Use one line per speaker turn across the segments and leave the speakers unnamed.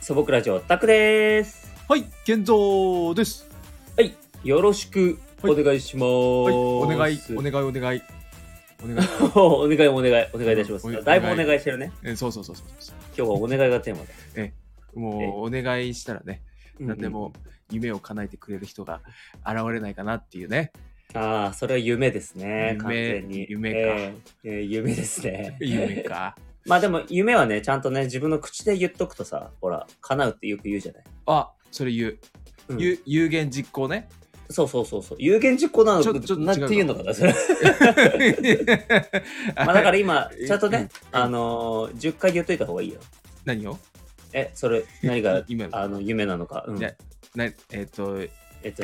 素朴ラジオタクです
はい、健三です。
はいよろしくお願いします、
はい、お願い、お
お願い
願い、お願い。お願い。
お願いお願いお願いいたしま
お願
す
い
だいぶお願いしてるね
え、そうそうそうそう
今日はお願いがテーマで
そう。もう、お願いしたらね、 何でも夢を叶えてくれる人が現れないかなっていうね。
ああそれは夢ですね
夢
完全に
夢か
えーえー夢です ね
夢か。
まあでも夢はねちゃんとね自分の口で言っとくとさほら叶うってよく言うじゃない、
あ、それ言う。
うん
ゆ有言実行 ね。
そうそうそうそう有言実行なの
ちょっとちょっと違う
な
か
んていうのかなそれ
ま
まあだから
ら、
今ちゃんとね
うん
あのー、10回言っといた方がいいよ
何を
えそれ何が
今の
あの夢なのか、うん
ねなえっと、え
えっと、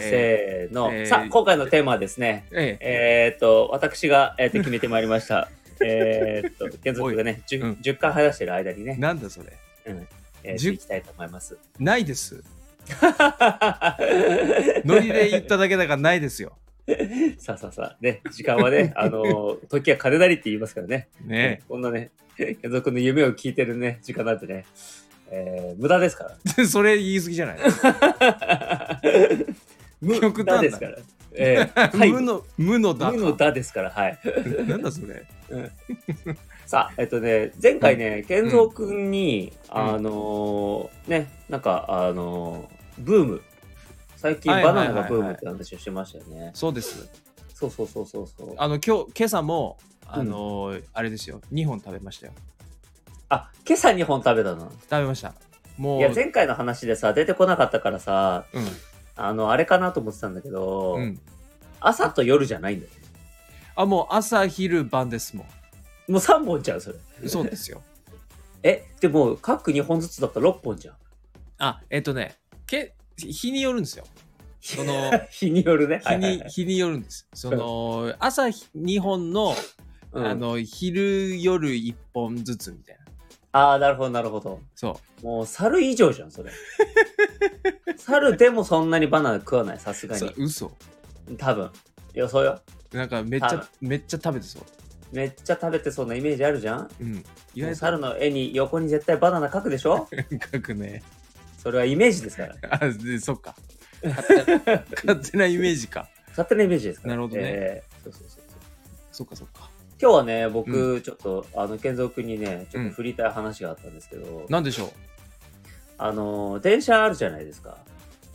せ
えー
ーの、
えー
さあ今回のテーマはですね
え
えーっと私が、えーっと決めてまいりました えーっと健三君がね 10,、
うん
10回話してる間にね、
なんだそれ。
えー、
10
いきたいと思います
ないです。ノリで言っただけだからないですよ。
さあさあさあね時間は ねあのー時は金なりって言いますからね
ね
こんなね健三君の夢を聞いてるね時間なんてね、えー無駄ですから
え。 それ言い過ぎじゃない
無
極端だ
駄ですから、 えーはい
無の、無のだ。
無のだですからはい
なんだそれ。
さあ、えっとね、前回ね、健三くんに、あのーね、なんか、あのーブーム。最近
はいは
バ
いはい
ナ
は
ナ
い
がブームって話をしてましたよね。
そうです。
そうそうそうそうそう。あ、
あの、今日、今朝も、あのーあれですよ。2本食べましたよ。
今朝2本食べたの。
食べました。もう。
いや、前回の話でさ、出てこなかったからさ、
うん。
あの、あれかなと思ってたんだけど、
うん。
朝と夜じゃないんだよね。
あ、もう朝、昼、晩ですも
もう3本じゃん、それ。
ん。そうで すよ。
え、でも、各2本ずつだったら6本じゃん。
あ、えっ、とね、け、日によるんですよ。そ の、
日によるね。
日
はいはい
に
はい、
日によるんです。その、朝2本の、
うん
あの、昼、夜1本ずつみたいな。
ああ、なるほど、なるほど。
そ
もう猿以上じゃんそ れ猿でもそんなにバナナ食わないさす
う。
が
そ
に
う嘘。
多分予想よ
なんかめっち
多分
ゃ、めっちゃ食べてそう。
めっちゃ食べてそうなイメージあるじゃん
うん。意
もう
外
猿の絵に横に絶対バナナ描くでし ょ
と深くね。
それはイメージですから
あ、でそ っか。勝手な勝手なイメージか。
勝手なイメージですから
なるほどね
えーそうそうそうそう
そっかそっか。
今日はね僕、
う
ちょっとあの健三君にねちょっと振りたい話があったんですけど、
なんでしょう
あの電車あるじゃないですか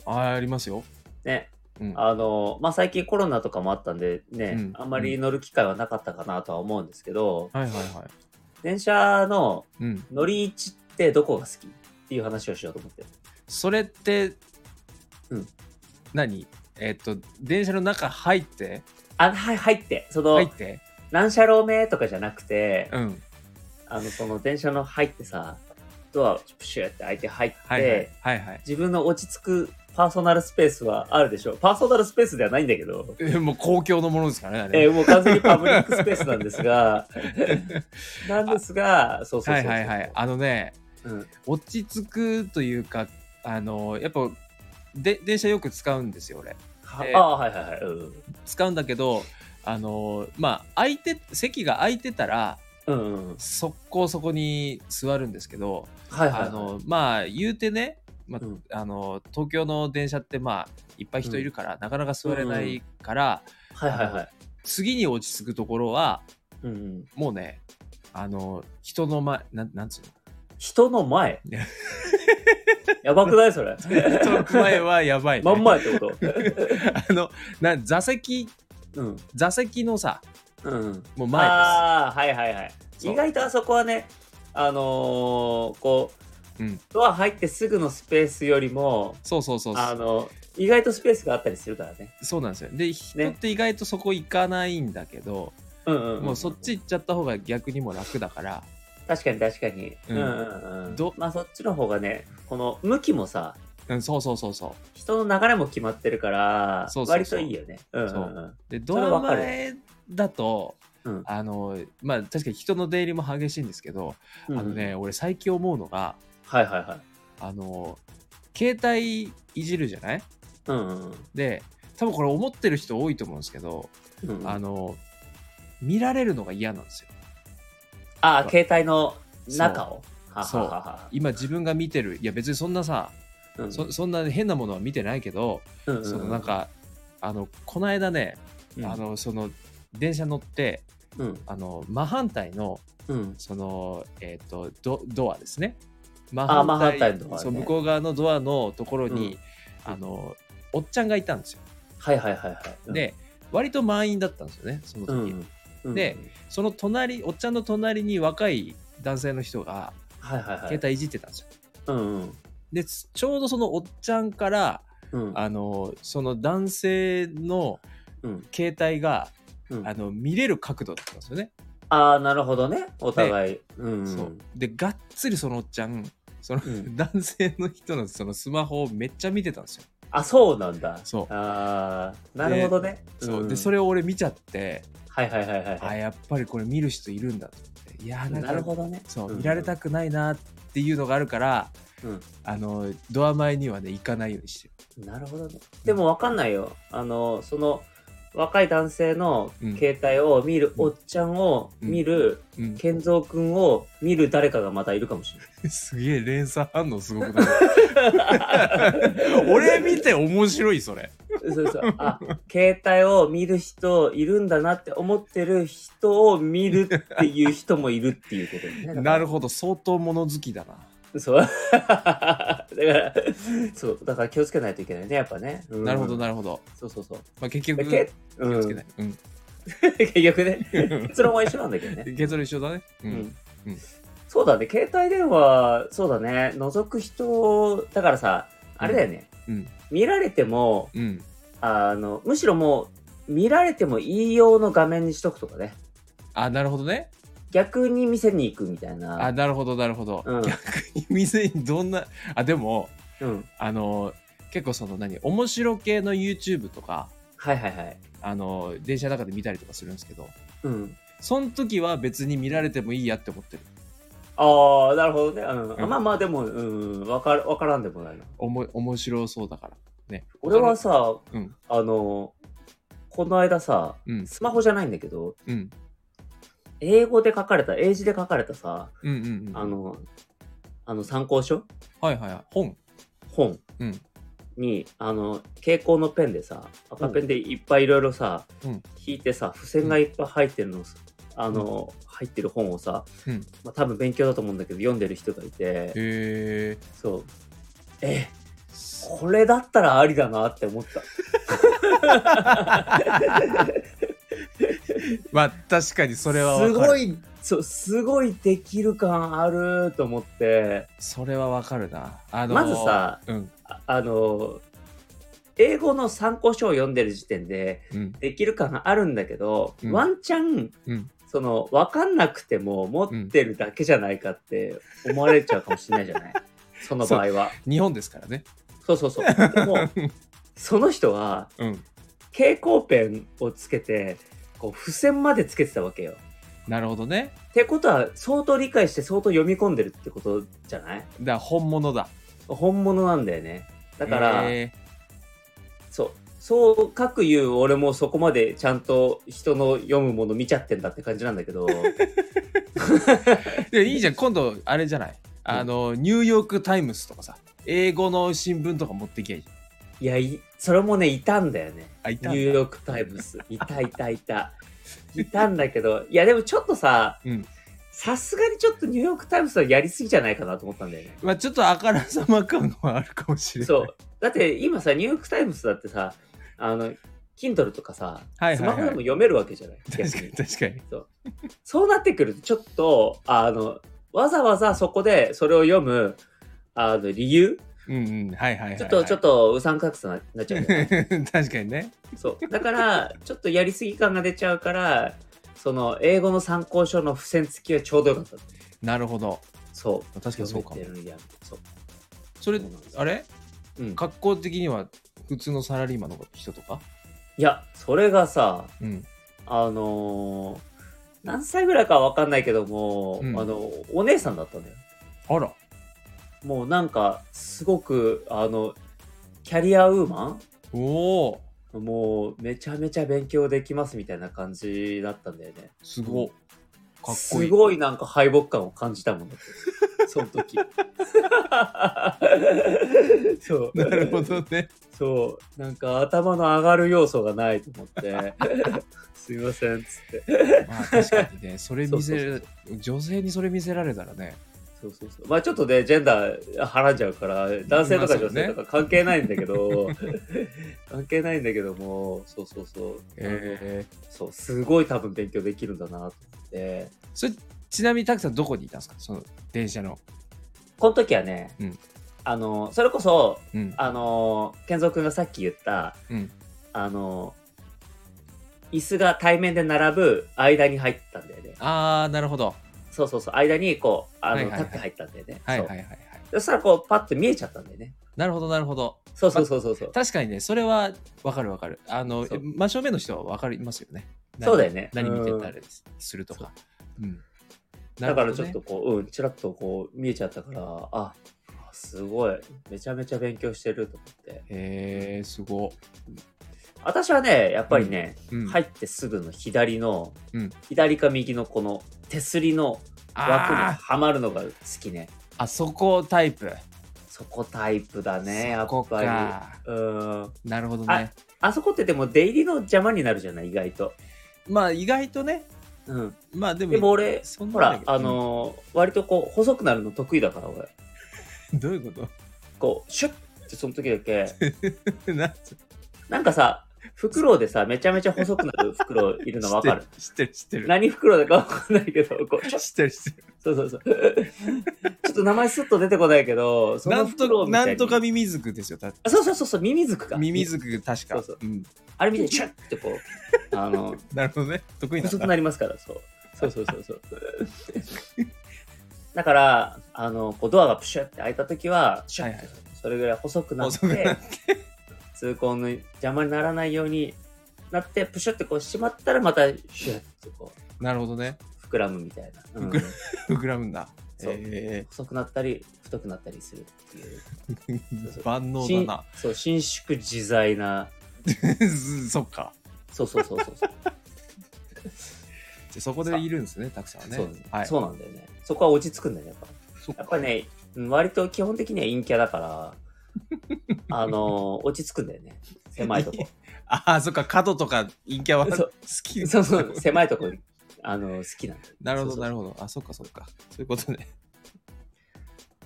あありますよ。
ね
うん。
あのまあ最近コロナとかもあったんでね、
うん
あんまり乗る機会はなかったかなとは思うんですけど、
はいはいは
電車の
い。うん。
乗り位置ってどこが好きっていう話をしようと思って
それって、
うん。
何えっと、電車の中入って、
あはい入ってその、
入って、
何車両目とかじゃなくて、
うん。
あのその電車の入ってさドアをプシュって開いて入って、
はいはい。はいはい。
自分の落ち着くパーソナルスペースはあるでしょパーソナルスペースではないんだけど、
えもう公共のものですからねあれ。
えーもう完全にパブリックスペースなんです がなんですがそうそうそう
はい
そう
はいはい。あのね、
うん
落ち着くというか、あの、やっぱ、で電車よく使うんですよ、俺。
は
えー
ああはいはいはいうん
使うんだけど、あの、まあ、空いて、席が空いてたら、
うんうん
速攻そこに座るんですけど、
はいはいはい
あのまあ言うてね、まあ
うん
あの東京の電車ってまあいっぱい人いるから、なかなか座れないから、
はいはいはい
次に落ち着くところは
うんうん
もうねあの人の前なんなんつう
人の 前やばくないそれ
の 人の前はやばい、ね、
真ん前ってこ
あのな座席
とうん
座席のさ
うん
もう前で
ああはいはいはい
そう
意外とあそこはねあのーこう、
うん
ドア入ってすぐのスペースよりも
すそうそうそう
あの意外とスペースがあったりするからね
そうなんですよで人って意外とそこ行かないんだけど、
うんうん、うん、
もうそっち行っちゃった方が逆にも楽だから
確かに確かに、う、
うんん
うんうんうん
ど
まあそっちの方がねこの向きもさ
うんそうそうそうそう
人の流れも決まってるから
そうそうそう
割といいよねうんうんうん
で
そ
ド
れ
ア
わかる
前だと、
うん
あのまあ確かに人の出入りも激しいんですけど、
うんうん
あのね俺最近思うのが
はいはいはい
あの携帯いじるじゃない
うんうんうん
で多分これ思ってる人多いと思うんですけど、
うんうん
あの見られるのが嫌なんですよ。
ああ、携帯の中を。はははは
今自分が見てるいや別にそんなさ、
うん
そそんな変なものは見てないけど、
うんうん
そのなんかあのこの間ね、
うん
あのその電車乗って
うん
あの真反対の
うん
そのえっ、とドドアですね真
あ真反対のドアね
そう向こう側のドアのところに、
うん
あのおっちゃんがいたんですよ、
はいはいはいはい
で割と満員だったんですよねその時、
うんうん
でその隣おっちゃんの隣に若い男性の人が
はいはいはい
携帯いじってたんですよ、
うんうん
でつちょうどそのおっちゃんから
うん
あのその男性の
うん
携帯が
うん
あの見れる角度だったんですよね、
ああなるほどねお互いうんうん
そうでがっつりそのおっちゃんその
うん
男性の人のそのスマホをめっちゃ見てたんですよ。
あそうなんだ
そう
ああなるほどね
そうで
ん
それを俺見ちゃって、
はいはいはいはいは
あ
い
やっぱりこれ見る人いるんだと思っていやーなんか
なるほどね
そう、
うん
見られたくないなっていうのがあるから、
うん
あのドア前にはね行かないようにしてる。
なるほどねでもわかんないよあのその若い男性の携帯を見る、
うん
おっちゃんを見る、
うん
健三くんを見る誰かがまたいるかもし
すげえ連鎖反応すごくない
れない。
俺見て面白いそれ。
そうそう。あ、携帯を見る人いるんだなって思ってる人を見るっていう人もいるっていうことね。
なる
ほ
ほど相当物好きだな。
ど。そう。 だから、そう。だから気をつけないといけないね、やっぱね。うん
なるほど。なるほど。
そうそうそう。
まあ、結局
だ
気
けう
をつけ
ん
ない。うん
結局ね。結論は一緒なんだけどね。
結論一緒だね。う
うんん
うん
そうだね、携帯電話、そうだね、覗く人、だからさ、あれだよね、
うん
見られても、
うん。
あの、むしろもう、見られてもいい用の画面にしとくとかね、
あなるほどね。
逆に店に行くみたいな。
あなるほどなるほど。
うん、
店にどんなあでも
うん、
あの結構その何面白系の YouTube とか
はいはいはい。
あの電車の中で見たりとかするんですけど
うん。
その時は別に見られてもいいやって思ってる
ああ、なるほどね。うん。
うん
まあまあ、でも、うん、わかる、わからんでもないな。
おも面白そうだからね
俺はさ、
うん
あの、この間さ、
うん
スマホじゃないんだけど、
うん
英語で書かれた、英字で書かれたさ、
うんうんうん
あの、あの参考書
はいはいはい本
本
うん
に、あの、蛍光のペンでさ、赤ペンでいっぱいいろいろさ、
うん
引いてさ、付箋がいっぱい入ってるのをさ、あの、入ってる本をさ、
うん
まあ、多分勉強だと思うんだけど、読んでる人がいて、
へえ
そう。え、これだったらありだなって思った。
まあ確かにそれは
す
わか
ご
る
い、そう、すごいできる感あると思って、
それはわかるなあの
まずさ
うん
ああの、英語の参考書を読んでる時点で、
うん
できる感があるんだけど、
うん
ワンチャン
うん
その分かんなくても持ってるだけじゃないかって思われちゃうかもしれないじゃ ない、その場合は
日本ですからね
そうそうそうでもその人は
うん
蛍光ペンをつけてこう付箋までつけてたわけよ
なるほどね
ってことは相当理解して相当読み込んでるってことじゃない
だから本物だ
本物なんだよねだから、
へえ
そうそう書く言う俺もそこまでちゃんと人の読むもの見ちゃってんだって感じなんだけど
いやいいじゃん今度あれじゃないあの、ニューヨーク・タイムスとかさ英語の新聞とか持ってきゃいい
いやいそれもねいたんだよね
あいたんだ
ニューヨーク・タイム ズいたいたいたいたんだけどいやでもちょっとさ
うん
さすがにちょっとニューヨーク・タイムズはやりすぎじゃないかなと思ったんだ よね
まあちょっとあからさま感はあるかもしれない
そうだって今さニューヨーク・タイムズだってさあの Kindle とかさ
はいはいはい
スマホでも読めるわけじゃない
確
逆
か
に
に確かに
そうなってくるとちょっとあのわざわざそこでそれを読むあの理由
うんうんはいはいはい、はい、
ちょっとちょっとうさんくさになっちゃうじゃない
確かにね
そう。だから、ちょっとやりすぎ感が出ちゃうから、その、英語の参考書の付箋付きはちょうどよかった。
なるほど
そう。
確かにそうかも
読めてるやんそう。
それ
そうなんです
あれ
うん。
格好的には普通のサラリーマンの人とか
いや、それがさ、
うん
あのー何歳ぐらいかはわかんないけども、
うん
あの、お姉さんだったんだよ。
あら
もうなんか、すごく、あの、キャリアウーマ
おお
ンもう、めちゃめちゃ勉強できますみたいな感じだったんだよね。
すごっかっこい
す
い。
ごいなんか敗北感を感じたもんだってその時 そう
なるほど ね。
そうなんか頭の上がる要素がないと思って すいませんっつって
まあ確かにね、それ見せ
そう
る、女性にそれ見せられたらね。
そうそうそうまあちょっとねジェンダーはらんじゃうから男性とか女性とか関係ないんだけど、 関係ないんだけどもそうそうそう、
えー、
そうすごい多分勉強できるんだなと思って
それちなみにたくさんどこにいたんですかその電車の。
この時はね、
うん
あのそれこそ
うん。
あの健三君がさっき言った
うん。
あの椅子が対面で並ぶ間に入ったんだよね
あー、なるほど。
そうそうそう間にこうあの、
はいはいはい
立って入ったんだよね、
はい
そ
は
う
いはいはい。
そしたらこうパッと見えちゃったんだよね
なるほどなるほど。
そうそうそうそうそう、
確かにね、それはわかるわかる。あの、
そう
真正面の人はわかりますよね。何
そうだよね
何見て
うん
たりするとか。う
だ
ん。
から
なるほ
ち
ど
ょ
ね
っとこう、うんちらっとこう見えちゃったからあすごいめちゃめちゃ勉強してると思って
へえ、すご。
私はねやっぱりね、
うん
入ってすぐの左の、
うん
左か右のこの手すりの枠に
あー
はまるのが好きね
あそこタイプ。
そこタイプだねや
そ
っ
こ
ぱ
か。
りうん
なるほどね。
あそこってでも出入りの邪魔になるじゃない意外と、
まあ意外とね、
うん、
まあでも、
でも俺
そんな
ほ
だ
ら
けど
あ、のー割とこう細くなるの得意だから俺
うんどういうこ
こうシュッってその時だ け
となん
なんかさ袋でさめちゃめちゃ細くな る袋いるの分かる
知ってる知ってる。
何袋だか分かんないけどこ うシュッ
知ってる知ってる。
そうそうそうちょっと名前すっと出てこないけどそ
な
の
ん
袋
と
みたい
な
に
んとかミミズクですよ。だって
あそうそうそうそうミミズクか
ミミズク確か。
そうそう
うん
あれみたいにシュッってこうあの
なるほどね。 得意なん
細く
だ。
なりますからそうそうそうそう そうだからあのこうドアがプシュッて開いた時はシュッて、
はいは
それぐらい細くなっ
細くな
て
っ
通行の邪魔にならないようになってプシュッてこう閉まったらまたシュッてこう
なるほどね。
膨らむみたいな、うん
膨ら膨らむんだ。
そう
え
細くなったり太くなったりするっていう
え
うそう
万能
しん
だ
そう伸縮自在な
な。 そっか。
そうそうそうそうそう
じゃあそこでいるんですね、たくさんはね。
そうですね
はい。
そうなんだよねそこは落ち着くんだよねやっぱ
そっ
やっ
か
ぱね、うん割と基本的には陰キャだ から、あのー落ち着くんだよね。狭いとこ。
ああ、そっか、角とか陰キャは
そ
好
う
き。
そうそう、狭いとこ、あのー好きなんだよ。
なるほど、な
る
るほど。あ、そっか、そっか。そういうこと ね。
ほど。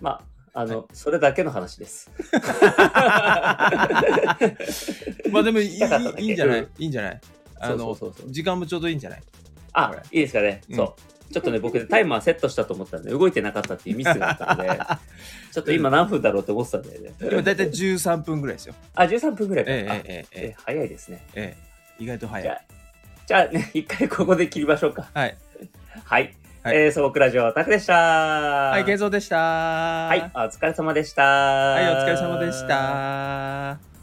まあ、あの、それだけの話 です。
まあでもいい、いい
たかっただけ
いいんじゃな
う
いいいんじゃないあ
そ
の
うそうそうそう
時間もちょうどいいんじゃない
あ
これ、
いいですかね。
うん
そう。ちょっとね、僕、タイマーセットしたと思ったんで、動いてなかったっていうミスがあったの で、ちょっと今何分だろうって思ってたんだよね。
今、だいたい13分ぐらいですよ。
あ、13分ぐらいか。
え
あ
ええええ
え早いですね。
えええ。意外と
じ
早
ゃ
い。
あ、じゃあね、一回ここで切りましょうか。
はい。
はい。
はい
えー、素朴ラジオ、タクでした。は
はい、健三でした。
はい、お疲れ様でした。
は、
はい
お疲れ様でし。た。